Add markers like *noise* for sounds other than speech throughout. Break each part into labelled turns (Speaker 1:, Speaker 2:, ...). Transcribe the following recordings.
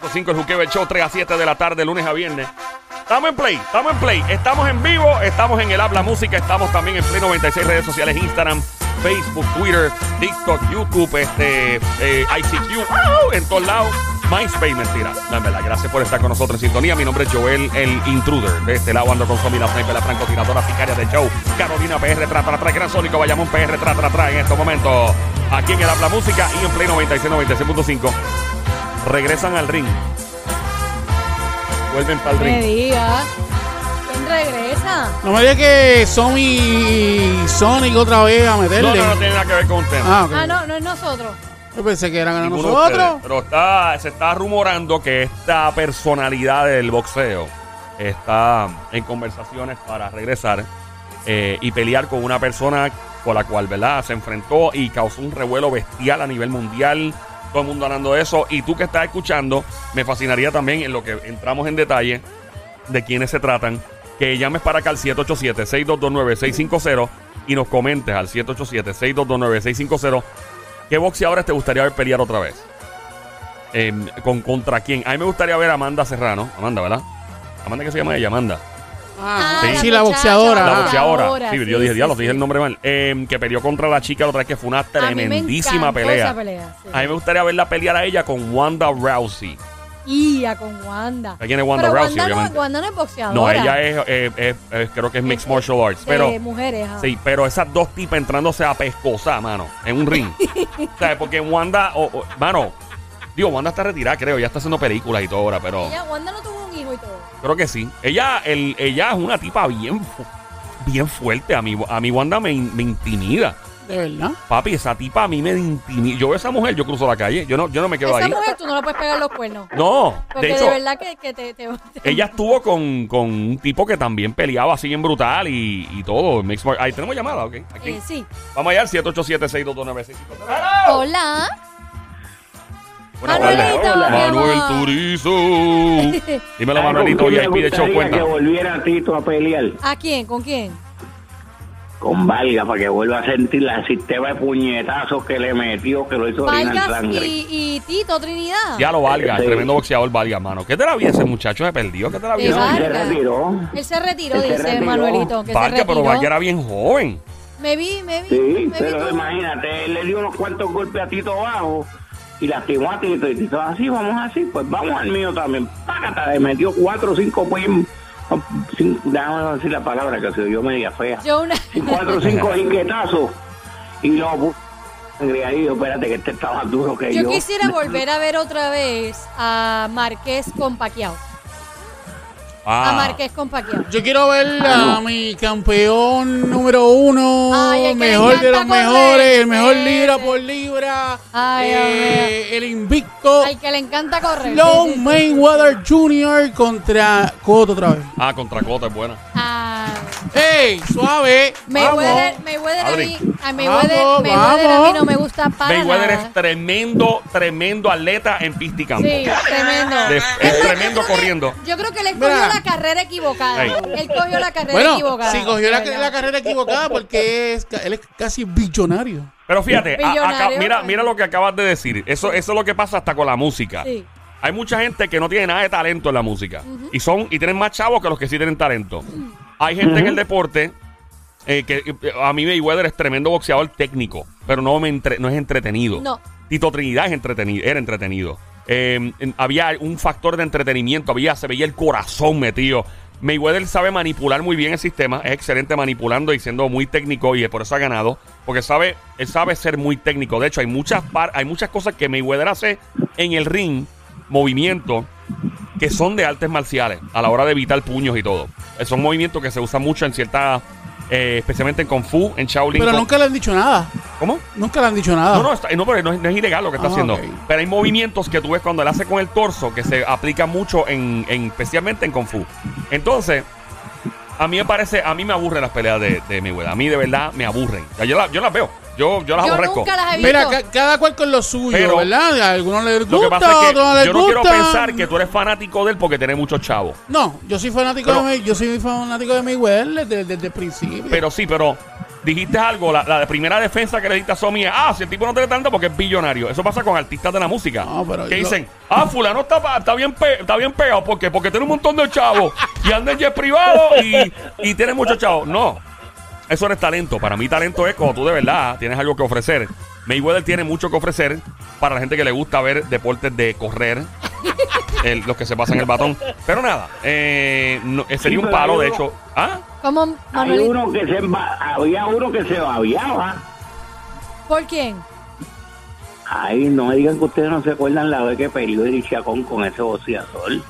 Speaker 1: 945 el Juqueo el Show, 3 a 7 de la tarde, lunes a viernes. Estamos en play, estamos en play, estamos en vivo, estamos en el Habla Música, estamos también en Play 96 redes sociales, Instagram, Facebook, Twitter, TikTok, YouTube, este, eh, ICQ, ¡au! en todos lados. MySpace, mentira. No, en verdad, gracias por estar con nosotros en sintonía. Mi nombre es Joel, el intruder. De este lado ando con Somi, la sniper, la francotiradora sicaria de show. Carolina PR, tra, tra, tra, Gran Sónico, Bayamón PR, tra, tra, tra, en estos momentos. Aquí en el Habla Música y en Play 96, 96.5. Regresan al ring. Vuelven para el
Speaker 2: Me
Speaker 1: ring.
Speaker 2: diga. ¿Quién regresa?
Speaker 3: No me digas que Sony y Sonic otra vez a meterle.
Speaker 1: No, no, no tiene nada que ver con un tema.
Speaker 3: Ah, ok.
Speaker 2: Ah, no, no es nosotros.
Speaker 3: Yo pensé que eran a
Speaker 1: Ninguno de ustedes.
Speaker 3: nosotros.
Speaker 1: Pero está, se está rumorando que esta personalidad del boxeo está en conversaciones para regresar eh, y pelear con una persona con la cual, ¿verdad? Se enfrentó y causó un revuelo bestial a nivel mundial. Todo el mundo hablando de eso. Y tú que estás escuchando, me fascinaría también en lo que entramos en detalle de quiénes se tratan. Que llames para acá al 787-6229-650 y nos comentes al 787-6229-650 ¿Qué boxeadoras te gustaría ver pelear otra vez? Em, ¿Con contra quién? A mí me gustaría ver a Amanda Serrano. Amanda, ¿verdad? Amanda, ¿qué se llama ella? Amanda.
Speaker 3: Ah,
Speaker 1: Sí.
Speaker 3: sí.
Speaker 1: Sí,
Speaker 3: la
Speaker 2: muchacha,
Speaker 3: boxeadora.
Speaker 1: La
Speaker 3: Ah.
Speaker 1: boxeadora. Sí, yo dije,
Speaker 2: sí,
Speaker 1: diablo,
Speaker 2: sí.
Speaker 1: dije el nombre mal. Em, que peleó contra la chica la otra vez, que fue una
Speaker 2: A mí me
Speaker 1: tremendísima
Speaker 2: encantó
Speaker 1: pelea.
Speaker 2: esa sí.
Speaker 1: A mí me gustaría verla pelear a ella con Wanda Rousey.
Speaker 2: Ia con Wanda.
Speaker 1: ¿A quién es Wanda
Speaker 2: Pero
Speaker 1: Rousey,
Speaker 2: Wanda
Speaker 1: obviamente?
Speaker 2: No, Wanda no es boxeadora.
Speaker 1: No, ella es, eh, es- es- creo que es Mixed Martial Arts. Pero
Speaker 2: De mujeres. ajá.
Speaker 1: Sí, pero esas dos tipas entrándose a pescosa, mano, en un
Speaker 2: *laughs*
Speaker 1: ring. ¿Sabes? Porque Wanda, o- o- mano, digo, Wanda está retirada, creo, ya está haciendo películas y todo ahora, pero
Speaker 2: Ella, Wanda no tuvo un hijo y todo.
Speaker 1: creo que sí. Ella, el, ella es una tipa bien, fu- bien fuerte. A mí, a mí Wanda me, in- me intimida.
Speaker 3: Ah, De verdad.
Speaker 1: Papi, esa tipa a mí me intimida. Yo veo a esa mujer, yo cruzo la calle. Yo no, yo no me quedo
Speaker 2: Esa
Speaker 1: ahí.
Speaker 2: mujer tú no la puedes pegar los cuernos.
Speaker 1: No,
Speaker 2: Porque
Speaker 1: de
Speaker 2: de,
Speaker 1: hecho,
Speaker 2: verdad que, que
Speaker 1: *laughs*
Speaker 2: te, te- te-
Speaker 1: ella estuvo con, con un tipo que también peleaba así bien brutal y, y todo. Mixed mar- Ahí tenemos llamada, ¿ok? Aquí.
Speaker 2: Eh, sí.
Speaker 1: Vamos allá al 787 629
Speaker 2: Hola. Manuelito,
Speaker 4: hola.
Speaker 2: mi amor.
Speaker 1: Manuel
Speaker 2: *laughs*
Speaker 1: Turizo. Dímelo, Manuelito,
Speaker 4: Ay,
Speaker 1: VIP
Speaker 4: me
Speaker 1: de Show,
Speaker 4: gustaría
Speaker 1: cuenta.
Speaker 4: que volviera Tito a pelear
Speaker 2: ¿A quién? ¿Con quién?
Speaker 4: con Valga para que vuelva a sentir la sistema de puñetazos que le metió, que lo hizo orinar
Speaker 2: Vargas
Speaker 4: sangre.
Speaker 2: y, y Tito Trinidad.
Speaker 1: Ya lo valga, el
Speaker 4: Sí.
Speaker 1: tremendo boxeador valga, mano. ¿Qué te la vi ese muchacho? Se perdió, ¿qué te la vi?
Speaker 2: De
Speaker 4: No, y se
Speaker 2: Vargas.
Speaker 4: retiró.
Speaker 2: Él se retiró,
Speaker 4: Él se
Speaker 2: dice
Speaker 4: retiró.
Speaker 2: Manuelito. Que se
Speaker 1: Valga,
Speaker 2: retiró.
Speaker 1: pero Valga era bien joven.
Speaker 2: Me vi, me vi.
Speaker 4: Sí,
Speaker 2: me vi
Speaker 4: pero
Speaker 2: tú.
Speaker 4: imagínate, él le dio unos cuantos golpes a Tito bajo y lastimó a Tito. Y Tito, así, vamos así, pues vamos al mío también. Págata, le metió cuatro o cinco pim. cin- Déjame no decir la palabra que se oyó media fea.
Speaker 2: Yo
Speaker 4: *laughs*
Speaker 2: una.
Speaker 4: Y cuatro o cinco jinguetazos y lo puso sangre ahí. Yo, Espérate, que este está más duro que yo.
Speaker 2: Yo quisiera volver a ver otra vez a Marqués con Paquiao. A
Speaker 1: Ah,
Speaker 2: Marqués con Paquiao.
Speaker 3: Yo quiero ver a mi campeón número uno,
Speaker 2: Ay, el que le
Speaker 3: mejor de los
Speaker 2: encanta correr.
Speaker 3: mejores, el mejor
Speaker 2: Sí,
Speaker 3: libra
Speaker 2: sí.
Speaker 3: por libra,
Speaker 2: Ay,
Speaker 3: eh, el invicto,
Speaker 2: Al que le encanta correr. Sí,
Speaker 3: Floyd
Speaker 2: sí, sí.
Speaker 3: Mayweather Jr. contra Cotto otra
Speaker 2: *laughs*
Speaker 3: vez.
Speaker 1: ah, contra Cota es buena.
Speaker 2: Ah,
Speaker 3: ¡Ey, suave!
Speaker 2: Mayweather,
Speaker 3: vamos.
Speaker 2: Mayweather a
Speaker 1: Adri.
Speaker 2: mí, a Mayweather,
Speaker 3: Vamos,
Speaker 2: Mayweather a mí
Speaker 3: vamos.
Speaker 2: no me gusta para
Speaker 1: Mayweather
Speaker 2: nada.
Speaker 1: es tremendo, tremendo atleta en pista y campo.
Speaker 2: Sí, tremendo.
Speaker 1: De- es tremendo
Speaker 2: Yo creo que-
Speaker 1: corriendo.
Speaker 2: Yo creo que le cogió
Speaker 3: Mira.
Speaker 2: la carrera equivocada.
Speaker 1: Ey.
Speaker 2: Él cogió la carrera
Speaker 3: Bueno,
Speaker 2: equivocada.
Speaker 3: si cogió la,
Speaker 2: de verdad.
Speaker 3: la carrera equivocada porque es, ca- él es casi billonario.
Speaker 1: Pero fíjate, a- acá-
Speaker 2: Millonario.
Speaker 1: mira, mira lo que acabas de decir. Eso, eso es lo que pasa hasta con la música.
Speaker 2: Sí.
Speaker 1: Hay mucha gente que no tiene nada de talento en la música. Y son, y tienen más chavos que los que sí tienen talento. Hay gente en el deporte eh, que eh, a mí Mayweather es tremendo boxeador técnico, pero no me entre- no es entretenido.
Speaker 2: No.
Speaker 1: Tito Trinidad es entretenido, era entretenido. Eh, en- había un factor de entretenimiento, había, se veía el corazón metido. Mayweather sabe manipular muy bien el sistema, es excelente manipulando y siendo muy técnico y por eso ha ganado, porque sabe, él sabe ser muy técnico. De hecho, hay muchas, par- hay muchas cosas que Mayweather hace en el ring, movimiento, que son de artes marciales a la hora de evitar puños y todo. Eh, Son movimientos que se usan mucho en ciertas, eh, especialmente en Kung Fu, en Shaolin.
Speaker 3: Pero
Speaker 1: Kung-
Speaker 3: nunca le han dicho nada.
Speaker 1: ¿Cómo?
Speaker 3: Nunca le han dicho nada.
Speaker 1: No, no, está- no, pero no es, no es ilegal lo que está
Speaker 3: Ah,
Speaker 1: haciendo.
Speaker 3: ok.
Speaker 1: Pero hay movimientos que tú ves cuando él hace con el torso que se aplica mucho en, en- especialmente en Kung Fu. Entonces, a mí me parece, a mí me aburren las peleas de, de Mayweather. A mí de verdad me aburren. Ya Yo, la- yo las veo. Yo, yo las
Speaker 2: Yo
Speaker 1: aborrezco.
Speaker 2: nunca las he visto.
Speaker 3: Mira, ca- cada cual con lo suyo,
Speaker 1: Pero-
Speaker 3: ¿verdad? A algunos les
Speaker 1: Lo que
Speaker 3: gusta, a
Speaker 1: pasa es que
Speaker 3: otros no les
Speaker 1: yo no
Speaker 3: gusta.
Speaker 1: quiero pensar que tú eres fanático de él porque tiene muchos chavos.
Speaker 3: No, yo soy fanático
Speaker 1: Pero-
Speaker 3: de mi, yo soy fanático de Miguel desde, desde el principio.
Speaker 1: Pero sí, pero dijiste algo, la, la primera defensa que le diste a Somi es, ah, si el tipo no tiene tanto porque es billonario. Eso pasa con artistas de la música.
Speaker 3: No, pero
Speaker 1: que
Speaker 3: yo-
Speaker 1: dicen, ah, fulano está, pa- está, bien pe- está bien pegado. ¿Por qué? Porque tiene un montón de chavos y anda en jet privado y, y tiene muchos chavos. No, eso no es talento. Para mí talento es cuando tú de verdad tienes algo que ofrecer. Mayweather tiene mucho que ofrecer para la gente que le gusta ver deportes de correr. el- los que se pasan el batón. Pero nada, eh, no, eh, sería
Speaker 4: Sí,
Speaker 1: un
Speaker 4: pero
Speaker 1: palo,
Speaker 4: yo-
Speaker 1: de hecho. ¿Ah?
Speaker 2: ¿Cómo,
Speaker 4: Hay
Speaker 2: Manuel?
Speaker 4: uno que se emba- había uno que se babiaba.
Speaker 2: ¿Por quién?
Speaker 4: Ay, no me digan que ustedes no se acuerdan la vez que peleó el Chacón con ese boceador.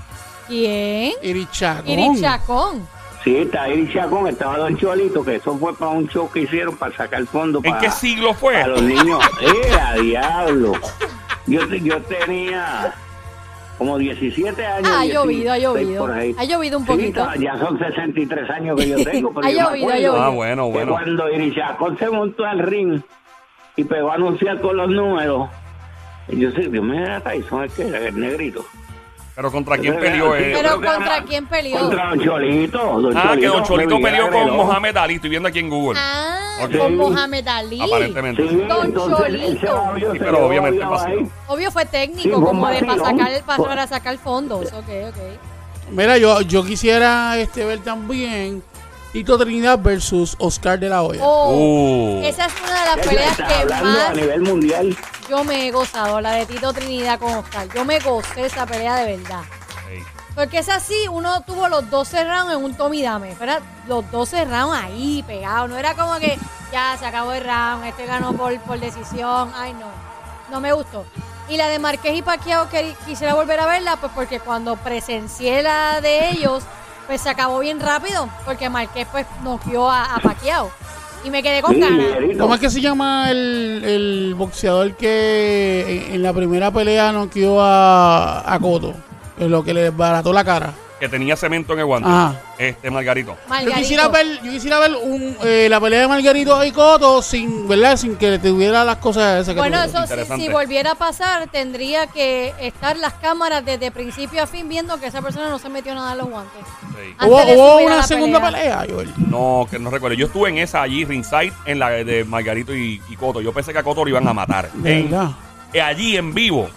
Speaker 2: ¿Quién?
Speaker 3: Irichacón.
Speaker 2: Iri Chacón.
Speaker 4: Sí, está Iri Chacón, estaba Don Cholito, que eso fue para un show que hicieron para sacar fondo
Speaker 1: ¿En
Speaker 4: para,
Speaker 1: qué siglo fue?
Speaker 4: para los niños. ¡Era diablo! Yo, te- yo tenía como 17 años.
Speaker 2: Ah, ha llovido, ha
Speaker 4: 16
Speaker 2: llovido.
Speaker 4: por ahí.
Speaker 2: Ha llovido un
Speaker 4: Sí,
Speaker 2: poquito.
Speaker 4: está- ya son 63 años que yo tengo.
Speaker 2: *laughs*
Speaker 4: Pero
Speaker 2: Ha
Speaker 4: yo me
Speaker 2: llovido, ha
Speaker 4: acuerdo
Speaker 2: llovido.
Speaker 1: Ah, bueno,
Speaker 4: que
Speaker 1: bueno.
Speaker 4: Cuando Iri Chacón se montó al ring y pegó a anunciar con los números, yo sé, Dios mío, era Tyson, el que era el negrito.
Speaker 1: Pero contra quién peleó
Speaker 4: Sí,
Speaker 1: él.
Speaker 2: Pero
Speaker 4: creo que
Speaker 2: ¿contra
Speaker 4: era-
Speaker 2: quién peleó?
Speaker 4: Contra Don Cholito. Don
Speaker 1: Ah, que Don Cholito
Speaker 4: Miguel
Speaker 1: peleó con
Speaker 4: Agrelón.
Speaker 1: Mohamed Ali. Estoy viendo aquí en Google.
Speaker 2: Ah,
Speaker 1: Ok.
Speaker 2: con Mohamed Ali.
Speaker 1: Aparentemente.
Speaker 4: Sí,
Speaker 2: Don
Speaker 4: entonces, él
Speaker 2: Cholito.
Speaker 4: se babió,
Speaker 1: Sí,
Speaker 4: se
Speaker 1: pero
Speaker 4: lo
Speaker 1: obviamente
Speaker 4: babiaba
Speaker 1: vacío.
Speaker 4: ahí.
Speaker 2: Obvio fue
Speaker 4: Sí,
Speaker 2: técnico,
Speaker 4: fue un
Speaker 2: como de para
Speaker 4: vacilón.
Speaker 2: sacar, para,
Speaker 4: Fue-
Speaker 2: para sacar fondos. Ok, ok.
Speaker 3: Mira, yo, yo quisiera este, ver también Tito Trinidad versus Oscar de la Hoya.
Speaker 2: Oh,
Speaker 1: Uh.
Speaker 2: Esa es una de las
Speaker 4: Ella
Speaker 2: peleas
Speaker 4: está
Speaker 2: que
Speaker 4: hablando a
Speaker 2: más
Speaker 4: nivel mundial.
Speaker 2: yo me he gozado, la de Tito Trinidad con Oscar. Yo me gocé esa pelea de verdad.
Speaker 1: Sí.
Speaker 2: Porque es así, uno tuvo los 12 rounds en un Tommy Dame. Fuera los 12 rounds ahí pegados. No era como que ya se acabó el round, este ganó por, por decisión. Ay, no. No me gustó. Y la de Marqués y Paquiao que quisiera volver a verla, pues porque cuando presencié la de ellos, pues se acabó bien rápido. Porque Marqués pues nos vio a, a Paquiao. Y me quedé con
Speaker 4: Sí,
Speaker 2: ganas.
Speaker 4: Miguelito.
Speaker 3: ¿Cómo es que se llama el, el boxeador que en, en la primera pelea noqueó a, a Coto? En lo que le barató la cara.
Speaker 1: Que tenía cemento en el guante.
Speaker 3: Ajá.
Speaker 1: Este Margarito.
Speaker 3: Yo
Speaker 2: Margarito.
Speaker 3: quisiera ver, yo quisiera ver un, eh, la pelea de Margarito y Coto sin, ¿verdad? sin que le tuviera las cosas esas que
Speaker 2: Bueno,
Speaker 3: tuvieron.
Speaker 2: eso sí,
Speaker 1: Interesante.
Speaker 2: si volviera a pasar, tendría que estar las cámaras desde principio a fin viendo que esa persona no se metió nada en los guantes.
Speaker 1: Sí.
Speaker 2: antes
Speaker 3: Hubo,
Speaker 2: de
Speaker 3: hubo
Speaker 2: subir a
Speaker 3: una
Speaker 2: la
Speaker 3: segunda
Speaker 2: pelea.
Speaker 3: pelea, Joel.
Speaker 1: No, que no recuerdo. Yo estuve en esa allí, ringside, en la de Margarito y, y Coto. Yo pensé que a Coto lo iban a matar.
Speaker 3: De
Speaker 1: En-
Speaker 3: verdad.
Speaker 1: eh, allí en vivo.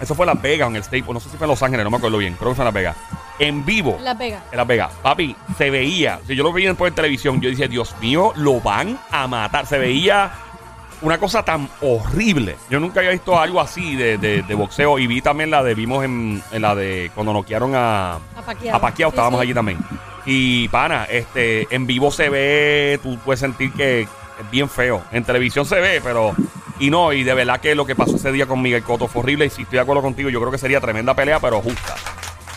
Speaker 1: Eso fue en Las Vegas, en el Staples. No sé si fue en Los Ángeles, no me acuerdo bien. Creo que fue en Las Vegas. En vivo.
Speaker 2: En Las Vegas.
Speaker 1: En Las Vegas. Papi, se veía. Si yo lo veía por televisión, yo decía, Dios mío, lo van a matar. Se veía una cosa tan horrible. Yo nunca había visto algo así de, de- de boxeo. Y vi también la de, vimos en, en la de cuando noquearon a,
Speaker 2: A Pacquiao.
Speaker 1: a Pacquiao,
Speaker 2: Sí,
Speaker 1: estábamos
Speaker 2: sí.
Speaker 1: allí también. Y pana, este, en vivo se ve, tú puedes sentir que es bien feo. En televisión se ve, pero. Y no, y de verdad que lo que pasó ese día con Miguel Cotto fue horrible. Y si estoy de acuerdo contigo, yo creo que sería tremenda pelea, pero justa.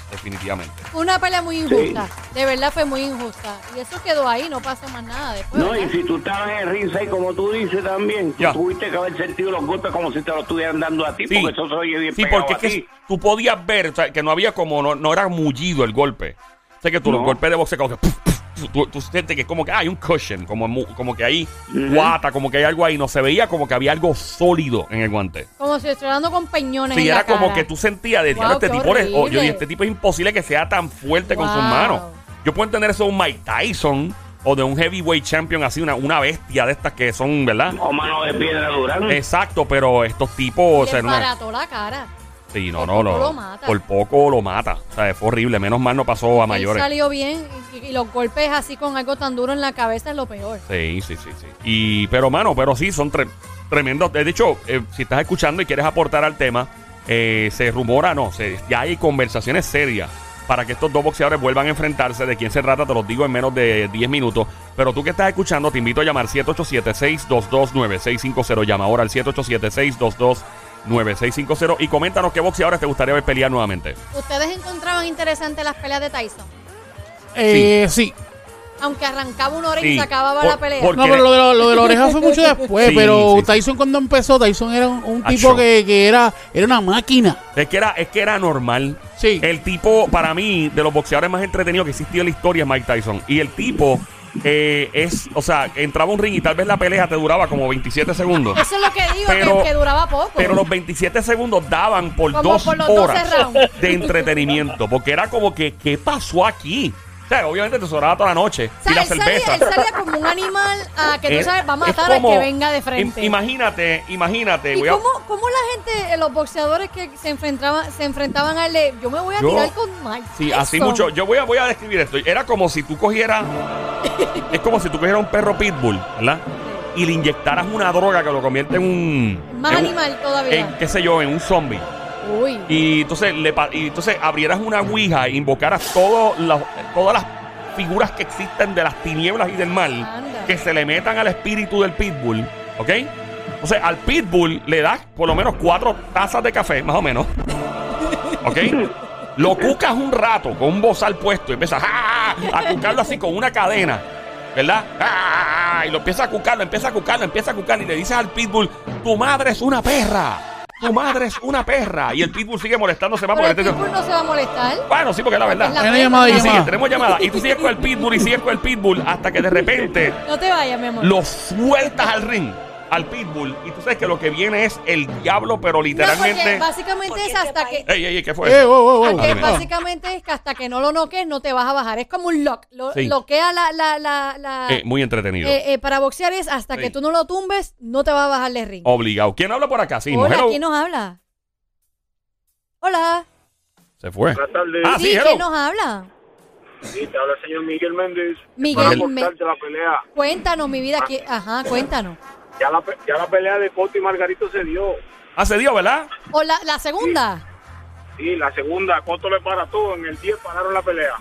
Speaker 1: Definitivamente.
Speaker 2: Fue Una pelea muy injusta. De verdad fue muy injusta. Y eso quedó ahí, no pasó más nada después.
Speaker 4: No, y
Speaker 2: ¿verdad?
Speaker 4: si tú estabas en el ring, como tú dices también,
Speaker 1: Ya.
Speaker 4: tú tuviste que haber sentido los golpes como si te los estuvieran dando a ti,
Speaker 1: Sí,
Speaker 4: porque eso se oye bien
Speaker 1: sí
Speaker 4: pegado
Speaker 1: porque
Speaker 4: a
Speaker 1: es que
Speaker 4: ti.
Speaker 1: tú podías ver, o sea, que no había como, no, no era mullido el golpe. O sea, que tú los
Speaker 4: No.
Speaker 1: golpes de boxeo, como que, puf, puf, puf, tú, tú sientes que es como que ah, hay un cushion, como, mu- como que hay
Speaker 4: Ujú.
Speaker 1: guata, como que hay algo ahí. No se veía como que había algo sólido en el guante.
Speaker 2: Como si estuviera dando con peñones
Speaker 1: Sí,
Speaker 2: en
Speaker 1: era
Speaker 2: la cara.
Speaker 1: como que tú sentías de
Speaker 2: Guau,
Speaker 1: "Diablo, este
Speaker 2: qué
Speaker 1: tipo es, oh, yo
Speaker 2: horrible".
Speaker 1: dije, este tipo es imposible que sea tan fuerte con sus
Speaker 2: Guau.
Speaker 1: manos. Yo puedo entender eso de un Mike Tyson o de un heavyweight champion así, una, una bestia de estas que son, ¿verdad?
Speaker 4: O mano de piedra Durán.
Speaker 1: Exacto, pero estos tipos, o sea,
Speaker 2: Le
Speaker 1: en una-
Speaker 2: barató la cara.
Speaker 1: sí, no,
Speaker 2: por
Speaker 1: no,
Speaker 2: poco
Speaker 1: no,
Speaker 2: lo mata.
Speaker 1: por poco lo mata. O sea, fue horrible, menos mal no pasó a
Speaker 2: Él
Speaker 1: mayores.
Speaker 2: salió bien y, y los golpes así con algo tan duro en la cabeza es lo peor.
Speaker 1: Sí, sí, sí, sí. Y, pero, mano, pero sí, son tre- tremendos. De hecho, eh, si estás escuchando y quieres aportar al tema, eh, se rumora, no, se, ya hay conversaciones serias para que estos dos boxeadores vuelvan a enfrentarse. De quién se trata, te lo digo en menos de 10 minutos. Pero tú que estás escuchando, te invito a llamar 787-622-9650. Llama ahora al 787-622-9650 y coméntanos qué boxeadores te gustaría ver pelear nuevamente.
Speaker 2: ¿Ustedes encontraban interesantes las peleas de Tyson?
Speaker 3: Eh, sí.
Speaker 2: Aunque arrancaba una hora y
Speaker 1: Sí.
Speaker 2: se acababa
Speaker 1: Por-
Speaker 2: la pelea.
Speaker 1: por-
Speaker 3: No, pero lo de, la- lo de la oreja fue mucho después.
Speaker 1: Sí,
Speaker 3: pero
Speaker 1: sí, sí.
Speaker 3: Tyson cuando empezó, Tyson era un, un
Speaker 1: Ah,
Speaker 3: tipo
Speaker 1: show.
Speaker 3: que, que era, era una máquina.
Speaker 1: Es que era, es que era normal.
Speaker 3: Sí.
Speaker 1: El tipo, para mí, de los boxeadores más entretenidos que existió en la historia es Mike Tyson. Y el tipo eh, es, o sea, entraba a un ring y tal vez la pelea te duraba como 27 segundos.
Speaker 2: Eso es lo que digo,
Speaker 1: Pero-
Speaker 2: que, que duraba poco.
Speaker 1: Pero los 27 segundos daban por
Speaker 2: Como
Speaker 1: dos
Speaker 2: por los 12
Speaker 1: horas
Speaker 2: rounds.
Speaker 1: de entretenimiento. Porque era como que, ¿qué pasó aquí? sea, obviamente te sobraba toda la noche.
Speaker 2: O sea,
Speaker 1: y la
Speaker 2: él salía,
Speaker 1: cerveza.
Speaker 2: él salía como un animal ah, que tú
Speaker 1: Eh,
Speaker 2: sabes va a
Speaker 1: es
Speaker 2: matar al
Speaker 1: como-
Speaker 2: que venga de frente.
Speaker 1: im- imagínate, imagínate.
Speaker 2: ¿Y
Speaker 1: voy a-
Speaker 2: cómo, cómo la gente, eh, los boxeadores que se enfrentaban, se enfrentaban a él, de, yo me voy a
Speaker 1: Yo-
Speaker 2: tirar con Mike
Speaker 1: Sí, así
Speaker 2: Tyson"?
Speaker 1: mucho. Yo voy a, voy a describir esto. Era como si tú
Speaker 2: *laughs*
Speaker 1: cogieras. es como si tú cogieras un perro pitbull, ¿verdad? Y le inyectaras una droga que lo convierte en un.
Speaker 2: Más
Speaker 1: en un-
Speaker 2: animal todavía.
Speaker 1: En, qué sé yo, en un zombie.
Speaker 2: Uy.
Speaker 1: Y entonces, le, pa- y entonces abrieras una ouija e invocaras todos los- todas las figuras que existen de las tinieblas y del mal
Speaker 2: Anda.
Speaker 1: que se le metan al espíritu del pitbull, ¿ok? O sea, al pitbull le das por lo menos cuatro tazas de café, más o menos, ¿ok? Lo cucas un rato con un bozal puesto y empiezas ¡ah! a cucarlo así con una cadena, ¿verdad? ¡Ah! Y lo empiezas a cucarlo, empieza a cucarlo, empieza a cucarlo y le dices al pitbull, tu madre es una perra, tu madre es una perra. Y el pitbull sigue molestándose más
Speaker 2: Pero
Speaker 1: porque
Speaker 2: el
Speaker 1: este-
Speaker 2: pitbull no se va a molestar.
Speaker 1: Bueno, sí, porque es la verdad.
Speaker 2: La
Speaker 3: Hay una
Speaker 2: perra,
Speaker 3: llamada,
Speaker 2: mi
Speaker 3: hay
Speaker 1: Sí,
Speaker 2: amor.
Speaker 3: llamada.
Speaker 1: tenemos llamada. Y tú sigues con el pitbull y sigues con el pitbull hasta que de repente
Speaker 2: No te vayas, mi amor.
Speaker 1: lo sueltas al ring, al pitbull, y tú sabes que lo que viene es el diablo, pero
Speaker 2: No, porque
Speaker 1: literalmente.
Speaker 2: básicamente es hasta que...
Speaker 1: ey, ey, ey, ¿qué fue?
Speaker 3: Eh, wow, wow, wow.
Speaker 2: Porque
Speaker 1: Ah, mira.
Speaker 2: básicamente es que hasta que no lo noques no te vas a bajar. Es como un lock. Lo,
Speaker 1: Sí.
Speaker 2: Loquea la... la, la, la-
Speaker 1: Eh, muy entretenido.
Speaker 2: eh, eh, para boxear es hasta
Speaker 1: Sí.
Speaker 2: que tú no lo tumbes, no te va a bajar de ring.
Speaker 1: Obligado. ¿Quién habla por acá? Oh, Sí,
Speaker 2: Hola,
Speaker 1: hello.
Speaker 2: ¿quién nos habla? Hola.
Speaker 1: Se fue.
Speaker 5: Buenas tardes.
Speaker 1: Ah, sí,
Speaker 2: sí,
Speaker 1: hello.
Speaker 2: ¿quién nos habla?
Speaker 5: Sí, te habla el señor Miguel Méndez.
Speaker 2: Miguel,
Speaker 5: Para
Speaker 2: me-
Speaker 5: aportarte la pelea.
Speaker 2: cuéntanos mi vida. ¿qué- Ajá, cuéntanos.
Speaker 5: Ya la, pe- ya la pelea de Coto y Margarito se dio.
Speaker 1: Ah, se dio, ¿verdad?
Speaker 2: O la, la segunda.
Speaker 5: Sí, la segunda, Coto le para todo. En el 10 pararon la pelea.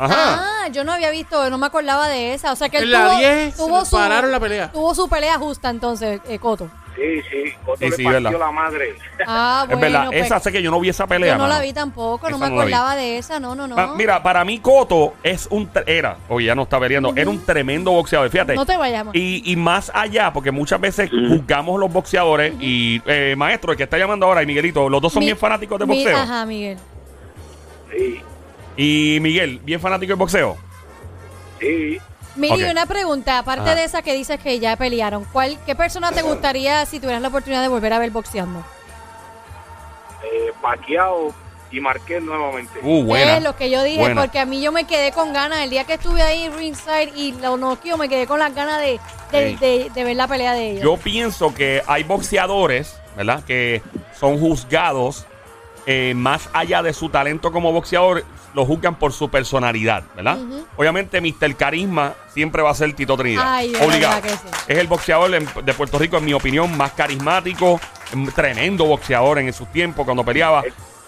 Speaker 1: Ajá.
Speaker 2: Ah, yo no había visto, no me acordaba de esa. O sea que él
Speaker 3: En la
Speaker 2: tuvo,
Speaker 3: 10 se
Speaker 2: tuvo su,
Speaker 3: pararon la pelea.
Speaker 2: Tuvo su pelea justa entonces, eh, Coto.
Speaker 5: Sí, sí, Coto
Speaker 1: Sí,
Speaker 5: le
Speaker 1: sí,
Speaker 5: partió
Speaker 1: verdad.
Speaker 5: la madre.
Speaker 2: Ah,
Speaker 1: es
Speaker 2: bueno.
Speaker 1: verdad.
Speaker 2: pues,
Speaker 1: esa sé que yo no vi esa pelea.
Speaker 2: yo no la
Speaker 1: mano.
Speaker 2: vi tampoco, no
Speaker 1: Esa
Speaker 2: me
Speaker 1: no la vi.
Speaker 2: acordaba de esa, no, no, no.
Speaker 1: Pa- mira, para mí Coto es un tre- era, oye, ya no está veriendo, era un tremendo boxeador, fíjate.
Speaker 2: no te vayas, amor.
Speaker 1: Y, y más allá, porque muchas veces juzgamos los boxeadores y eh, maestro, el que está llamando ahora y Miguelito, los dos son
Speaker 2: Mi-
Speaker 1: bien fanáticos de
Speaker 2: mi-
Speaker 1: boxeo.
Speaker 2: Ajá, Miguel.
Speaker 5: Sí,
Speaker 1: Y Miguel, bien fanático del boxeo.
Speaker 5: sí.
Speaker 2: Mira,
Speaker 1: Ok.
Speaker 2: y una pregunta, aparte
Speaker 1: Ajá.
Speaker 2: de esa que dices que ya pelearon, ¿cuál, ¿qué persona te gustaría si tuvieras la oportunidad de volver a ver boxeando?
Speaker 5: Eh, Paquiao y Marqués nuevamente.
Speaker 1: Uh, buena.
Speaker 2: Es lo que yo dije,
Speaker 1: Buena.
Speaker 2: porque a mí yo me quedé con ganas. El día que estuve ahí ringside y lo noqueo, me quedé con las ganas de, de,
Speaker 1: Sí.
Speaker 2: de- de ver la pelea de ellos.
Speaker 1: Yo pienso que hay boxeadores, ¿verdad? Que son juzgados eh, más allá de su talento como boxeador, lo juzgan por su personalidad, ¿verdad?
Speaker 2: Ujú.
Speaker 1: Obviamente, Mr. Carisma siempre va a ser Tito Trinidad.
Speaker 2: Ay, de
Speaker 1: obligado.
Speaker 2: verdad que sí.
Speaker 1: Es el boxeador en- de Puerto Rico, en mi opinión, más carismático, mm, tremendo boxeador en sus tiempos cuando peleaba.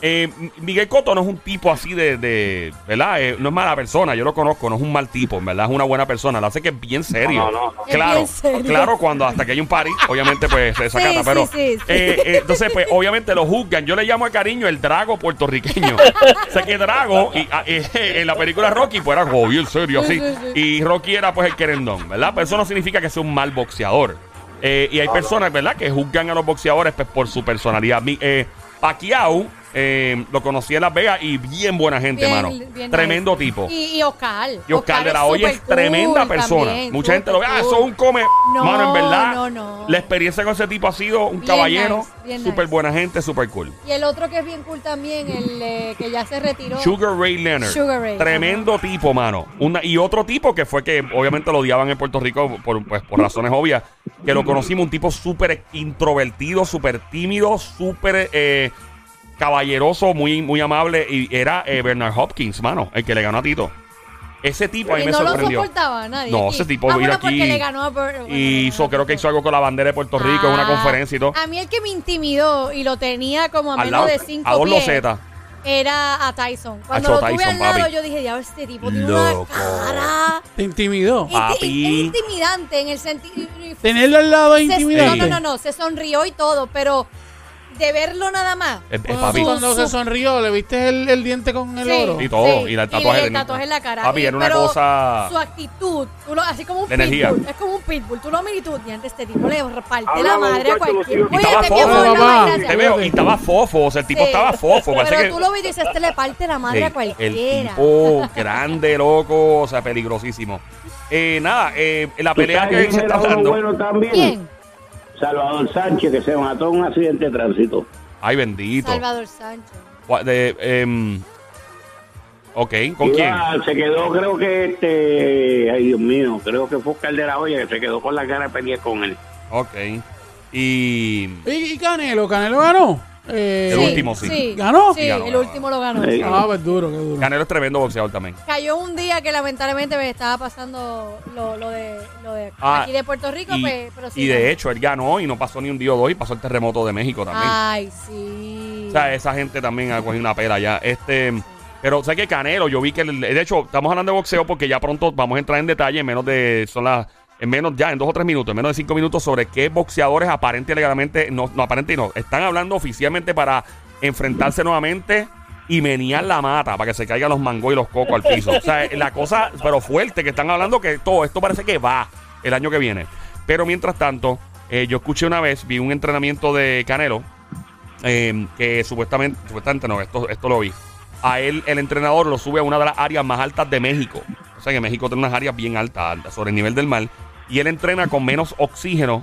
Speaker 1: Eh, M- Miguel Cotto no es un tipo así de, de- ¿verdad? Eh, no es mala persona, yo lo conozco, no es un mal tipo, en verdad es una buena persona, la hace que es bien serio.
Speaker 5: No, no, no.
Speaker 2: Es
Speaker 1: Claro,
Speaker 2: bien serio.
Speaker 1: claro, cuando hasta que hay un
Speaker 2: *laughs*
Speaker 1: party, obviamente pues se desacata,
Speaker 2: sí,
Speaker 1: pero
Speaker 2: sí, sí.
Speaker 1: eh, eh, entonces pues obviamente lo juzgan, yo le llamo de cariño el drago
Speaker 2: *laughs*
Speaker 1: puertorriqueño. o sea que Drago y, ah, eh, eh, *laughs* en la película Rocky pues era como bien serio así
Speaker 2: Sí, sí, sí.
Speaker 1: y Rocky era pues el querendón, ¿verdad? Pero eso no significa que sea un mal boxeador. Eh, y hay personas, ¿verdad?, que juzgan a los boxeadores pues, por su personalidad. Mi- eh, Pacquiao eh, lo conocí en Las Vegas y bien buena gente,
Speaker 2: Bien-
Speaker 1: mano.
Speaker 2: bien
Speaker 1: Tremendo
Speaker 2: nice.
Speaker 1: tipo.
Speaker 2: Y, y Oscar.
Speaker 1: Y Oscar de la
Speaker 2: es
Speaker 1: Hoya es
Speaker 2: supercool
Speaker 1: tremenda persona.
Speaker 2: también,
Speaker 1: Mucha gente lo ve, ah,
Speaker 2: supercool.
Speaker 1: eso es un come.
Speaker 2: No,
Speaker 1: Mano, en verdad,
Speaker 2: no, no.
Speaker 1: la experiencia con ese tipo ha sido un
Speaker 2: Bien
Speaker 1: caballero,
Speaker 2: nice, bien
Speaker 1: súper
Speaker 2: nice.
Speaker 1: buena gente, súper cool.
Speaker 2: Y el otro que es bien cool también, el eh, que ya se retiró.
Speaker 1: Sugar Ray Leonard.
Speaker 2: Sugar Ray,
Speaker 1: Tremendo tipo, mano. Una, y otro tipo que fue que obviamente lo odiaban en Puerto Rico por, pues, por razones obvias, que lo conocimos, un tipo súper introvertido, súper tímido, súper eh, caballeroso, muy, muy amable. Y era eh, Bernard Hopkins, mano, el que le ganó a Tito. Ese tipo a mí
Speaker 2: y
Speaker 1: me
Speaker 2: no
Speaker 1: sorprendió.
Speaker 2: lo soportaba nadie.
Speaker 1: No,
Speaker 2: aquí.
Speaker 1: ese tipo
Speaker 2: Ah,
Speaker 1: vino
Speaker 2: bueno,
Speaker 1: aquí
Speaker 2: porque le ganó a Bur- bueno, le
Speaker 1: Y hizo,
Speaker 2: ganó a
Speaker 1: creo que
Speaker 2: Bur-
Speaker 1: hizo algo con la bandera de Puerto Rico en una
Speaker 2: Ah,
Speaker 1: conferencia y todo.
Speaker 2: A mí el que me intimidó y lo tenía como a
Speaker 1: Al lado,
Speaker 2: menos de 5
Speaker 1: a dos
Speaker 2: pies
Speaker 1: losetas. Eh,
Speaker 2: era a Tyson. Cuando
Speaker 1: Acho
Speaker 2: lo tuve
Speaker 1: Tyson,
Speaker 2: al lado,
Speaker 1: papi.
Speaker 2: yo dije, ya este tipo tiene
Speaker 1: Loco.
Speaker 2: una cara
Speaker 3: Te intimidó.
Speaker 2: inti-
Speaker 1: Papi.
Speaker 2: es intimidante en el sentido.
Speaker 3: Tenerlo al lado es
Speaker 2: No,
Speaker 3: intimidante.
Speaker 2: no, no, no, se sonrió y todo, pero de verlo nada más.
Speaker 1: Eh, eh,
Speaker 3: Cuando,
Speaker 1: papi.
Speaker 3: cuando se sonrió, le viste el, el diente con el
Speaker 2: Sí.
Speaker 3: oro.
Speaker 1: Y todo, y la- el tatuaje
Speaker 2: y
Speaker 1: en-
Speaker 2: el tatuaje en la cara.
Speaker 1: Papi,
Speaker 2: Y-
Speaker 1: era una
Speaker 2: pero
Speaker 1: cosa-
Speaker 2: Su actitud, tú lo- así como un
Speaker 1: La energía.
Speaker 2: pitbull. Es como un pitbull. Tú lo miras y tú, "Diantre, este tipo le parte la
Speaker 5: Hablamos,
Speaker 2: madre a
Speaker 5: muchachos,
Speaker 2: cualquier.
Speaker 5: los tíos.
Speaker 1: Y estaba
Speaker 2: te veo
Speaker 1: fofo,
Speaker 2: por la
Speaker 3: papá.
Speaker 2: madre,
Speaker 1: Te
Speaker 2: así.
Speaker 1: veo, y estaba fofo, o sea, el tipo
Speaker 2: Sí.
Speaker 1: estaba fofo. Parece
Speaker 2: Pero
Speaker 1: que
Speaker 2: tú lo ves y dices, este le parte la madre
Speaker 1: el,
Speaker 2: a
Speaker 1: el
Speaker 2: cualquiera.
Speaker 1: tipo grande, loco, o sea, peligrosísimo. Eh, nada, eh, la pelea
Speaker 4: ¿Tú sabes
Speaker 1: que
Speaker 4: quién
Speaker 1: se está
Speaker 4: era uno
Speaker 1: dando.
Speaker 4: bueno también?
Speaker 2: ¿Quién?
Speaker 4: Salvador Sánchez, que se mató en un accidente de tránsito.
Speaker 1: Ay, bendito.
Speaker 2: Salvador Sánchez.
Speaker 1: Gua- de, em, Ok, ¿con quién?
Speaker 4: Iba- Se quedó, creo que este. Ay, Dios mío, creo que fue Oscar de la Hoya que se quedó con la cara de pelear con él.
Speaker 1: Ok. Y.
Speaker 3: ¿Y, y Canelo? ¿Canelo ganó? Eh,
Speaker 1: El último, sí.
Speaker 3: ¿Ganó?
Speaker 2: Sí,
Speaker 1: Sí, ganó,
Speaker 2: el
Speaker 1: ganó.
Speaker 2: último lo ganó.
Speaker 4: Sí.
Speaker 3: Ah, pues duro, qué duro.
Speaker 1: Canelo es tremendo boxeador también.
Speaker 2: Cayó un día que lamentablemente me estaba pasando lo, lo de, lo de
Speaker 1: Ah,
Speaker 2: aquí de Puerto Rico,
Speaker 1: y,
Speaker 2: pues, pero sí.
Speaker 1: y de hecho, él ganó y no pasó ni un día o dos y pasó el terremoto de México también.
Speaker 2: Ay, sí.
Speaker 1: O sea, esa gente también ha cogido una pela ya. Este, pero sé que Canelo, yo vi que el- de hecho estamos hablando de boxeo porque ya pronto vamos a entrar en detalle en menos de son las en menos ya en dos o tres minutos, en menos de cinco minutos sobre qué boxeadores aparente y legalmente no, no aparente y no están hablando oficialmente para enfrentarse nuevamente y menear la mata para que se caigan los mangos y los cocos al piso. O sea, la cosa pero fuerte que están hablando que todo esto parece que va el año que viene. Pero mientras tanto, eh, yo escuché una vez, vi un entrenamiento de Canelo, eh, que supuestamente, supuestamente no, esto, esto lo vi. A él, el entrenador lo sube a una de las áreas más altas de México. O sea que México tiene unas áreas bien altas, altas, sobre el nivel del mar. Y él entrena con menos oxígeno,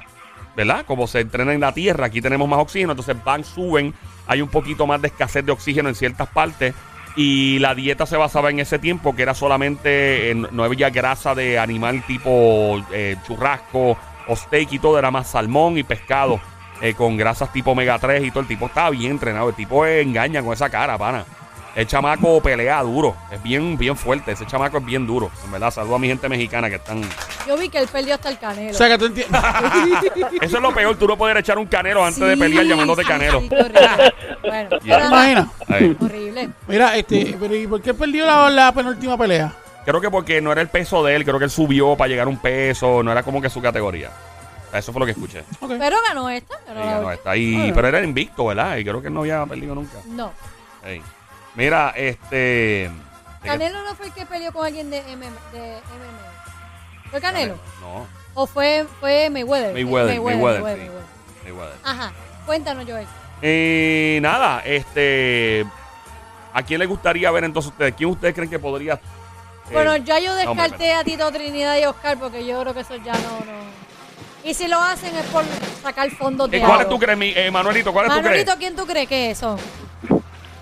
Speaker 1: ¿verdad? Como se entrena en la tierra, aquí tenemos más oxígeno, entonces van, suben, hay un poquito más de escasez de oxígeno en ciertas partes. Y la dieta se basaba en ese tiempo, que era solamente, eh, no había grasa de animal tipo eh, churrasco o steak y todo, era más salmón y pescado eh, con grasas tipo omega 3 y todo. El tipo está bien entrenado. El tipo eh, engaña con esa cara, pana. El chamaco pelea duro. Es bien, bien fuerte. Ese chamaco es bien duro. En verdad, saludo a mi gente mexicana que están.
Speaker 2: Yo vi que él perdió hasta el canelo.
Speaker 3: O sea, que tú entiendes.
Speaker 2: *laughs*
Speaker 1: Eso es lo peor. Tú no poder echar un canelo antes de pelear llamándote
Speaker 2: sí,
Speaker 1: canelo.
Speaker 2: sí, qué horrible.
Speaker 1: *laughs*
Speaker 2: bueno,
Speaker 1: Yeah.
Speaker 2: pero nada,
Speaker 3: Imagina.
Speaker 1: Ay.
Speaker 2: horrible.
Speaker 3: Mira, este, pero ¿y por qué perdió la, la penúltima pelea?
Speaker 1: Creo que porque no era el peso de él. Creo que él subió para llegar a un peso. No era como que su categoría. Eso fue lo que escuché.
Speaker 3: Ok.
Speaker 2: Pero ganó esta. Ganó
Speaker 1: Sí,
Speaker 2: la
Speaker 1: ganó
Speaker 2: última.
Speaker 1: esta. Y- pero era invicto, ¿verdad? Y creo que él no había perdido nunca.
Speaker 2: No.
Speaker 1: Ey. Mira, este.
Speaker 2: Canelo no fue el que peleó con alguien de MMA. De MMA. ¿Fue Canelo?
Speaker 1: No.
Speaker 2: ¿O fue, fue Mayweather?
Speaker 1: Mayweather, Mayweather, sí.
Speaker 2: Mayweather.
Speaker 1: Mayweather.
Speaker 2: Ajá. Cuéntanos, Joel.
Speaker 1: Eh, nada, este. ¿A quién le gustaría ver entonces ustedes? ¿Quién ustedes creen que podría.? eh,
Speaker 2: Bueno, ya yo
Speaker 1: hombre,
Speaker 2: descarté a Tito Trinidad y Oscar porque yo creo que eso ya no, no. Y si lo hacen es por sacar fondos
Speaker 1: eh,
Speaker 2: de
Speaker 1: ¿Cuáles
Speaker 2: algo.
Speaker 1: tú crees, mi- eh, Manuelito? ¿Cuáles tú crees?
Speaker 2: Manolito, ¿quién tú crees que es eso?